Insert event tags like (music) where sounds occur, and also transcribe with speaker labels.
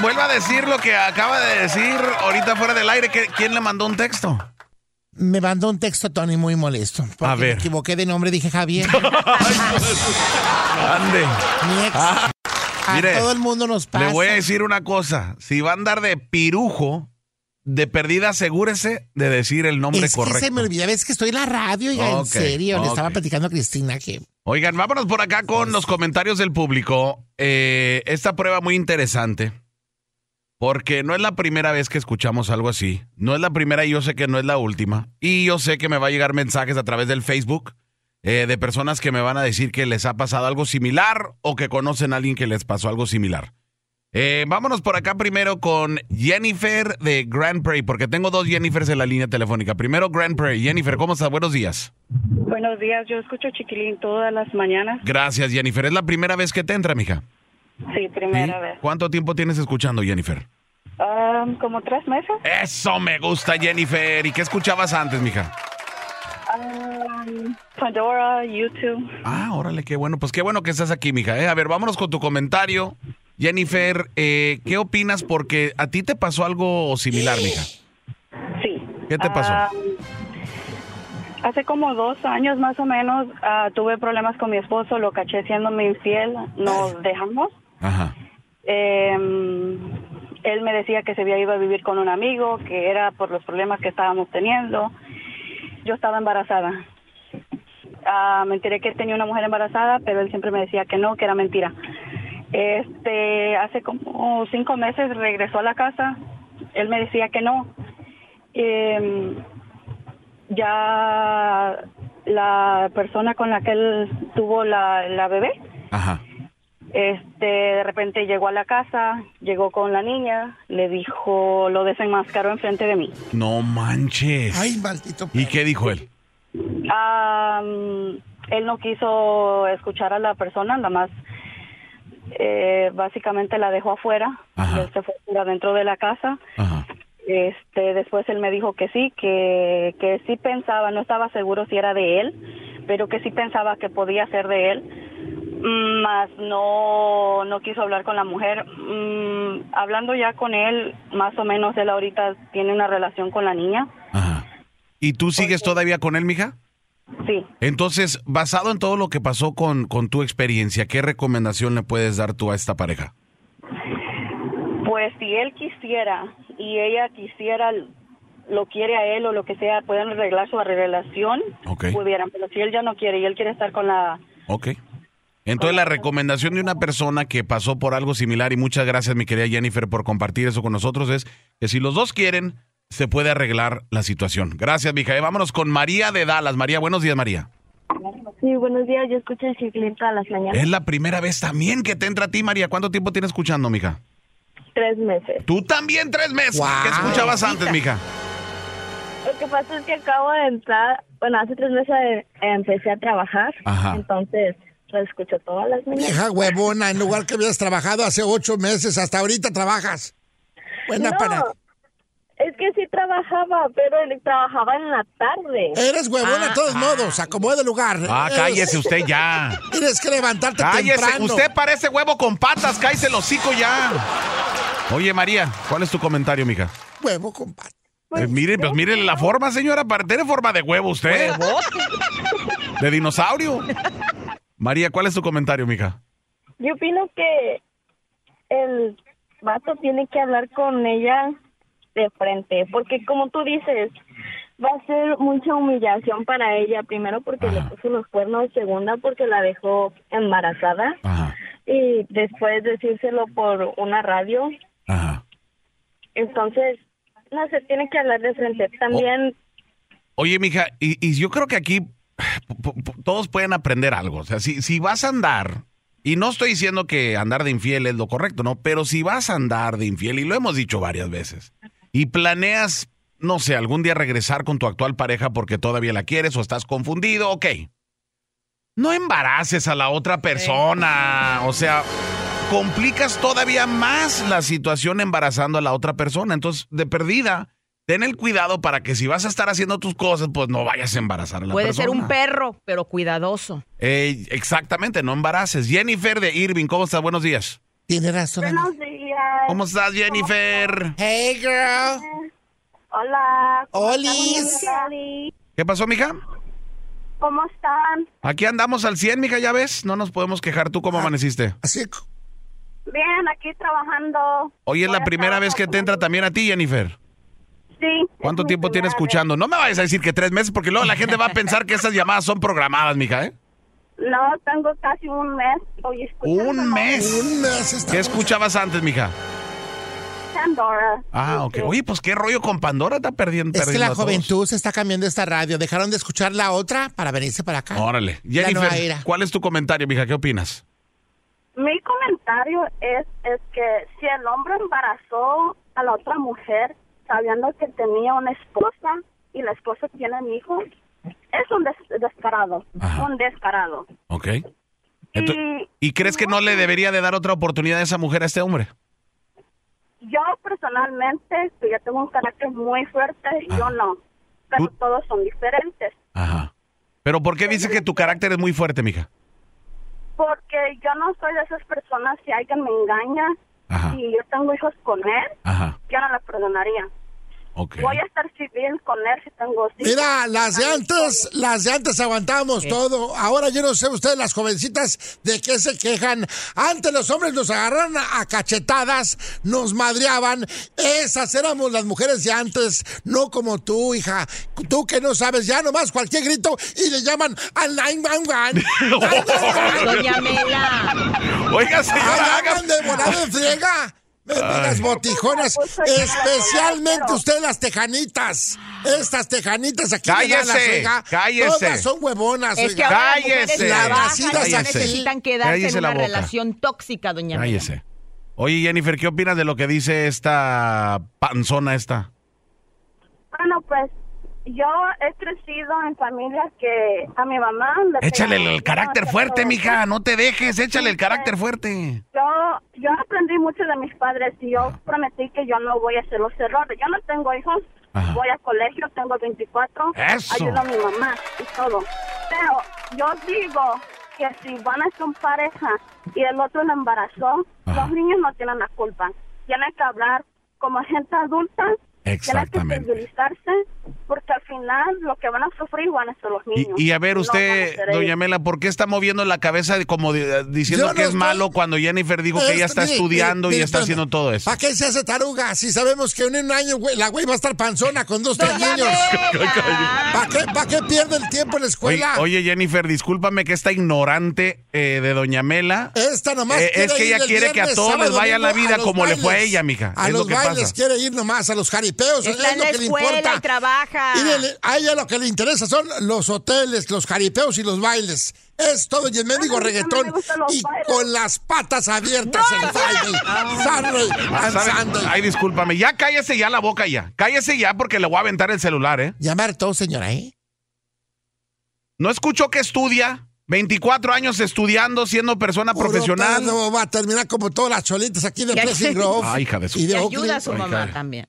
Speaker 1: Vuelva a decir lo que acaba de decir ahorita fuera del aire. que ¿Quién le mandó un texto?
Speaker 2: Me mandó un texto Tony muy molesto. Porque
Speaker 1: A ver.
Speaker 2: Me equivoqué de nombre,
Speaker 1: (laughs)
Speaker 2: dije Javier.
Speaker 1: Ande.
Speaker 2: Mi ex.
Speaker 1: Ah,
Speaker 2: a
Speaker 1: mire,
Speaker 2: todo el mundo nos pasa.
Speaker 1: Le voy a decir una cosa. Si va a andar de pirujo, de perdida, asegúrese de decir el nombre
Speaker 2: es
Speaker 1: correcto.
Speaker 2: que se me olvidaba, es que estoy en la radio, oiga,
Speaker 1: Ok,
Speaker 2: en serio. Le estaba
Speaker 1: ok.
Speaker 2: platicando a Cristina que
Speaker 1: Oigan, vámonos por acá con los comentarios del público. Eh, esta prueba muy interesante, porque no es la primera vez que escuchamos algo así. No es la primera y yo sé que no es la última. Y yo sé que me va a llegar mensajes a través del Facebook eh, de personas que me van a decir que les ha pasado algo similar o que conocen a alguien que les pasó algo similar. Eh, vámonos por acá primero con Jennifer de Grand Prairie, porque tengo dos Jennifers en la línea telefónica. Primero Grand Prairie. Jennifer, ¿cómo estás? Buenos días.
Speaker 3: Buenos días, yo escucho Chiquilín todas las mañanas.
Speaker 1: Gracias, Jennifer. ¿Es la primera vez que te entra, mija?
Speaker 3: Sí, primera
Speaker 1: Sí.
Speaker 3: vez.
Speaker 1: ¿Cuánto tiempo tienes escuchando, Jennifer?
Speaker 3: Ah, como tres meses.
Speaker 1: Eso me gusta, Jennifer. ¿Y qué escuchabas antes, mija?
Speaker 3: Ah, Pandora, YouTube.
Speaker 1: Ah, órale, qué bueno. Pues qué bueno que estás aquí, mija. ¿eh? A ver, vámonos con tu comentario. Jennifer, eh, ¿qué opinas? Porque a ti te pasó algo similar, mija.
Speaker 3: Sí.
Speaker 1: ¿Qué te pasó?
Speaker 3: Ah, hace como dos años más o menos ah, tuve problemas con mi esposo, lo caché siéndome infiel, nos dejamos.
Speaker 1: Ajá.
Speaker 3: Eh, él me decía que se había ido a vivir con un amigo, que era por los problemas que estábamos teniendo. Yo estaba embarazada. Ah, me enteré que él tenía una mujer embarazada, pero él siempre me decía que no, que era mentira. Este, hace como cinco meses regresó a la casa. Él me decía que no. Eh, ya la persona con la que él tuvo la, la bebé,
Speaker 1: Ajá.
Speaker 3: este, de repente llegó a la casa, llegó con la niña, le dijo, lo desenmascaró enfrente de mí.
Speaker 1: No manches.
Speaker 2: Ay, maldito.
Speaker 1: ¿Y qué dijo él?
Speaker 3: Ah, mm, él no quiso escuchar a la persona, nada más eh, básicamente la dejó afuera,
Speaker 1: Ajá.
Speaker 3: él se fue para dentro de la casa.
Speaker 1: Ajá.
Speaker 3: Este, después él me dijo que sí, que, que sí pensaba, no estaba seguro si era de él, pero que sí pensaba que podía ser de él, Mm, más no, no quiso hablar con la mujer. Mm, hablando ya con él, más o menos él ahorita tiene una relación con la niña.
Speaker 1: Ajá. ¿Y tú sigues todavía con él, mija?
Speaker 3: Sí,
Speaker 1: Entonces, basado en todo lo que pasó con, con tu experiencia, ¿qué recomendación le puedes dar tú a esta pareja?
Speaker 3: pues si él quisiera y ella quisiera, lo quiere a él o lo que sea, pueden arreglar su relación,
Speaker 1: Ok.
Speaker 3: pudieran, pero si él ya no quiere y él quiere estar con la...
Speaker 1: Ok. Entonces, la recomendación de una persona que pasó por algo similar, y muchas gracias, mi querida Jennifer, por compartir eso con nosotros, es que si los dos quieren, se puede arreglar la situación. Gracias, mija. Eh, vámonos con María de Dallas. María, buenos días, María.
Speaker 4: Sí, buenos días. Yo escucho el chiquilín todas las mañanas.
Speaker 1: Es la primera vez también que te entra a ti, María. ¿Cuánto tiempo tienes escuchando, mija?
Speaker 4: Tres meses.
Speaker 1: Tú también tres meses.
Speaker 2: Wow.
Speaker 1: ¿Qué escuchabas antes, mija?
Speaker 4: Lo que pasa es que acabo de entrar, bueno, hace tres meses eh, empecé a trabajar.
Speaker 1: Ajá.
Speaker 4: Entonces, lo escucho todas las mañanas.
Speaker 2: Vieja huevona, en lugar que habías trabajado hace ocho meses, hasta ahorita trabajas. Buena
Speaker 4: No,
Speaker 2: para.
Speaker 4: es que sí trabajaba, pero él trabajaba en la tarde.
Speaker 2: Eres huevona de todos modos, acomoda el lugar.
Speaker 1: Ah,
Speaker 2: Eres-
Speaker 1: cállese usted ya.
Speaker 2: Tienes que levantarte
Speaker 1: Cállese,
Speaker 2: temprano.
Speaker 1: usted parece huevo con patas, cállese el hocico ya. Oye, María, ¿cuál es tu comentario, mija?
Speaker 2: Huevo, compadre.
Speaker 1: Eh, mire, pues mire la forma, señora, para tener forma de huevo usted. De dinosaurio. María, ¿cuál es tu comentario, mija?
Speaker 4: Yo opino que el vato tiene que hablar con ella de frente, porque como tú dices, va a ser mucha humillación para ella, primero porque le
Speaker 1: Ajá.
Speaker 4: puso los cuernos, segunda porque la dejó embarazada
Speaker 1: Ajá,
Speaker 4: y después decírselo por una radio.
Speaker 1: ajá.
Speaker 4: Entonces, no se tiene que hablar de frente. También
Speaker 1: Oye, mija, y, y yo creo que aquí po- po- todos pueden aprender algo. O sea, si, si vas a andar, y no estoy diciendo que andar de infiel es lo correcto, ¿no? Pero si vas a andar de infiel, y lo hemos dicho varias veces, y planeas, no sé, algún día regresar con tu actual pareja porque todavía la quieres o estás confundido, ok. No embaraces a la otra persona. O sea, complicas todavía más la situación embarazando a la otra persona. Entonces, de perdida, ten el cuidado para que si vas a estar haciendo tus cosas, pues no vayas a embarazar a la
Speaker 5: Puede
Speaker 1: persona.
Speaker 5: ser un perro, pero cuidadoso.
Speaker 1: Eh, exactamente, no embaraces. Jennifer de Irving, ¿cómo estás? Buenos días.
Speaker 2: Tiene razón.
Speaker 4: Buenos días.
Speaker 1: ¿Cómo estás, Jennifer?
Speaker 2: Hey, girl.
Speaker 4: Hola.
Speaker 2: Olis.
Speaker 4: Oli.
Speaker 1: ¿Qué pasó, mija?
Speaker 4: ¿Cómo están?
Speaker 1: Aquí andamos al 100, mija, ya ves. No nos podemos quejar. ¿Tú cómo amaneciste?
Speaker 2: Así,
Speaker 4: Bien, aquí trabajando.
Speaker 1: Hoy es
Speaker 4: Voy
Speaker 1: la
Speaker 4: a
Speaker 1: primera vez que
Speaker 4: trabajar.
Speaker 1: te entra también a ti, Jennifer.
Speaker 4: Sí.
Speaker 1: ¿Cuánto
Speaker 4: es mi
Speaker 1: tiempo tienes
Speaker 4: primera
Speaker 1: escuchando? No me vayas a decir que tres meses, porque luego la gente va a pensar que esas llamadas son programadas, mija, ¿eh?
Speaker 4: vez. No, tengo casi un mes. Hoy
Speaker 1: Un mes.
Speaker 2: un mes está-
Speaker 1: ¿Qué escuchabas antes, mija?
Speaker 4: Pandora.
Speaker 1: Ah, ok. Oye, pues qué rollo con Pandora está perdiendo.
Speaker 2: Es que
Speaker 1: perdiendo a
Speaker 2: la
Speaker 1: todos.
Speaker 2: juventud se está cambiando esta radio. Dejaron de escuchar la otra para venirse para acá.
Speaker 1: Órale.
Speaker 2: La nueva
Speaker 1: Jennifer,
Speaker 2: ah, era.
Speaker 1: ¿cuál es tu comentario, mija? ¿Qué opinas?
Speaker 4: Mi comentario es, es que si el hombre embarazó a la otra mujer sabiendo que tenía una esposa y la esposa tiene un hijo, es un des- descarado,
Speaker 1: Ajá.
Speaker 4: un descarado.
Speaker 1: Ok. Ento-
Speaker 4: Y-
Speaker 1: ¿Y crees que no le debería de dar otra oportunidad a esa mujer a este hombre?
Speaker 4: Yo personalmente, que yo tengo un carácter muy fuerte, yo no, pero
Speaker 1: Tú-
Speaker 4: todos son diferentes.
Speaker 1: Ajá. Pero ¿por qué dices que tu carácter es muy fuerte, mija?
Speaker 4: Porque yo no soy de esas personas, si alguien me engaña,
Speaker 1: Ajá.
Speaker 4: y yo tengo hijos con él,
Speaker 1: Ajá.
Speaker 4: yo no la perdonaría.
Speaker 1: Ok.
Speaker 4: Voy a
Speaker 1: (laughs)
Speaker 4: estar civil con él si tengo hijos.
Speaker 2: Mira, las de antes, las de antes aguantamos todo. Ahora yo no sé ustedes, las jovencitas, de qué se quejan. Antes los hombres nos agarraron a a cachetadas, nos madreaban. Esas éramos las mujeres de antes, no como tú, hija. Tú que no sabes ya nomás cualquier grito y le llaman al 911.
Speaker 5: Doña Mela.
Speaker 1: Oiga, señora,
Speaker 2: Ahí
Speaker 1: haga-
Speaker 2: andan de volada en friega. Las botijonas,
Speaker 5: pues,
Speaker 2: especialmente ustedes las tejanitas. Estas tejanitas aquí en
Speaker 1: Cállese,
Speaker 2: Dallas, oiga,
Speaker 1: cállese.
Speaker 2: Todas son huevonas,
Speaker 5: Es que
Speaker 2: oiga.
Speaker 5: ahora las mujeres
Speaker 1: Cállese.
Speaker 5: trabajan y no
Speaker 2: Cállese.
Speaker 5: necesitan quedarse
Speaker 1: Cállese
Speaker 5: en
Speaker 1: la
Speaker 5: una
Speaker 1: boca.
Speaker 5: relación tóxica, doña Mela.
Speaker 1: Cállese. Oye, Jennifer, ¿qué opinas de lo que dice esta panzona esta?
Speaker 4: Bueno, pues yo he crecido en familias que a mi mamá... le
Speaker 1: Échale el,
Speaker 4: pegaban.
Speaker 1: el carácter
Speaker 4: Yo,
Speaker 1: fuerte,
Speaker 4: pero
Speaker 1: mija. No te dejes. Échale el carácter fuerte.
Speaker 4: Yo, yo aprendí mucho de mis padres y yo
Speaker 1: Ah.
Speaker 4: prometí que yo no voy a hacer los errores. Yo no tengo hijos,
Speaker 1: Ajá.
Speaker 4: voy a colegio, tengo 24,
Speaker 1: Eso.
Speaker 4: ayudo a mi mamá y todo. Pero yo digo que si van a ser pareja y el otro la embarazó,
Speaker 1: Ajá.
Speaker 4: los niños no tienen la culpa. Tienen que hablar como gente adulta.
Speaker 1: Exactamente.
Speaker 4: Tienen que sensibilizarse porque al final lo que van a sufrir van a ser los
Speaker 1: Y,
Speaker 4: niños.
Speaker 1: y a ver
Speaker 4: No van
Speaker 1: usted,
Speaker 4: a ser ellos.
Speaker 1: doña Mela, ¿por qué está moviendo la cabeza de- como de- diciendo
Speaker 2: Yo no
Speaker 1: que es
Speaker 2: estoy- Este,
Speaker 1: malo cuando Jennifer dijo que ella está estudiando y está haciendo todo eso?
Speaker 2: ¿Para qué se hace taruga? Si sabemos que en un año güey, la güey va a estar panzona con dos, tres
Speaker 5: Doña
Speaker 2: niños.
Speaker 5: Mela.
Speaker 2: ¿Para qué, pa' qué pierde el tiempo en la
Speaker 1: Oye,
Speaker 2: escuela?
Speaker 1: oye, Jennifer, discúlpame que esta ignorante eh, de doña Mela.
Speaker 2: Esta nomás
Speaker 1: Eh,
Speaker 2: quiere
Speaker 1: es que
Speaker 2: ir
Speaker 1: ella
Speaker 2: el
Speaker 1: quiere que a
Speaker 2: viernes,
Speaker 1: todos
Speaker 2: sábado,
Speaker 1: les vaya la
Speaker 2: domingo,
Speaker 1: vida
Speaker 2: a los
Speaker 1: como le fue a
Speaker 2: bailes.
Speaker 1: ella, mija.
Speaker 2: A
Speaker 1: Es lo
Speaker 2: los
Speaker 1: que
Speaker 2: bailes
Speaker 1: pasa.
Speaker 2: quiere ir nomás, a los jaripeos,
Speaker 5: Está
Speaker 2: es
Speaker 5: en
Speaker 2: lo
Speaker 5: la
Speaker 2: que le
Speaker 5: escuela
Speaker 2: importa.
Speaker 5: y trabaja.
Speaker 2: Miren, a ella lo que le interesa son los hoteles, los jaripeos y los bailes. Es todo y el mendigo
Speaker 4: A mí también
Speaker 2: reggaetón
Speaker 4: me gustan los
Speaker 2: y
Speaker 4: bailes.
Speaker 2: con las patas abiertas el baile. Sarre,
Speaker 1: Ah, ¿sabe?
Speaker 2: danzando.
Speaker 1: Ay, discúlpame. Ya cállese ya la boca ya. Cállese ya porque le voy a aventar el celular, ¿eh?
Speaker 2: Llamar todo, señora, ¿eh?
Speaker 1: No escucho que estudia. 24 años estudiando, siendo persona
Speaker 2: Puro
Speaker 1: profesional.
Speaker 2: pedo, va a terminar como todas las cholitas aquí de
Speaker 5: Ya-
Speaker 2: Pleasant Grove.
Speaker 1: Ah, hija de su-
Speaker 2: y
Speaker 5: Y
Speaker 2: de
Speaker 5: ayuda a
Speaker 2: Oakland.
Speaker 5: su mamá también.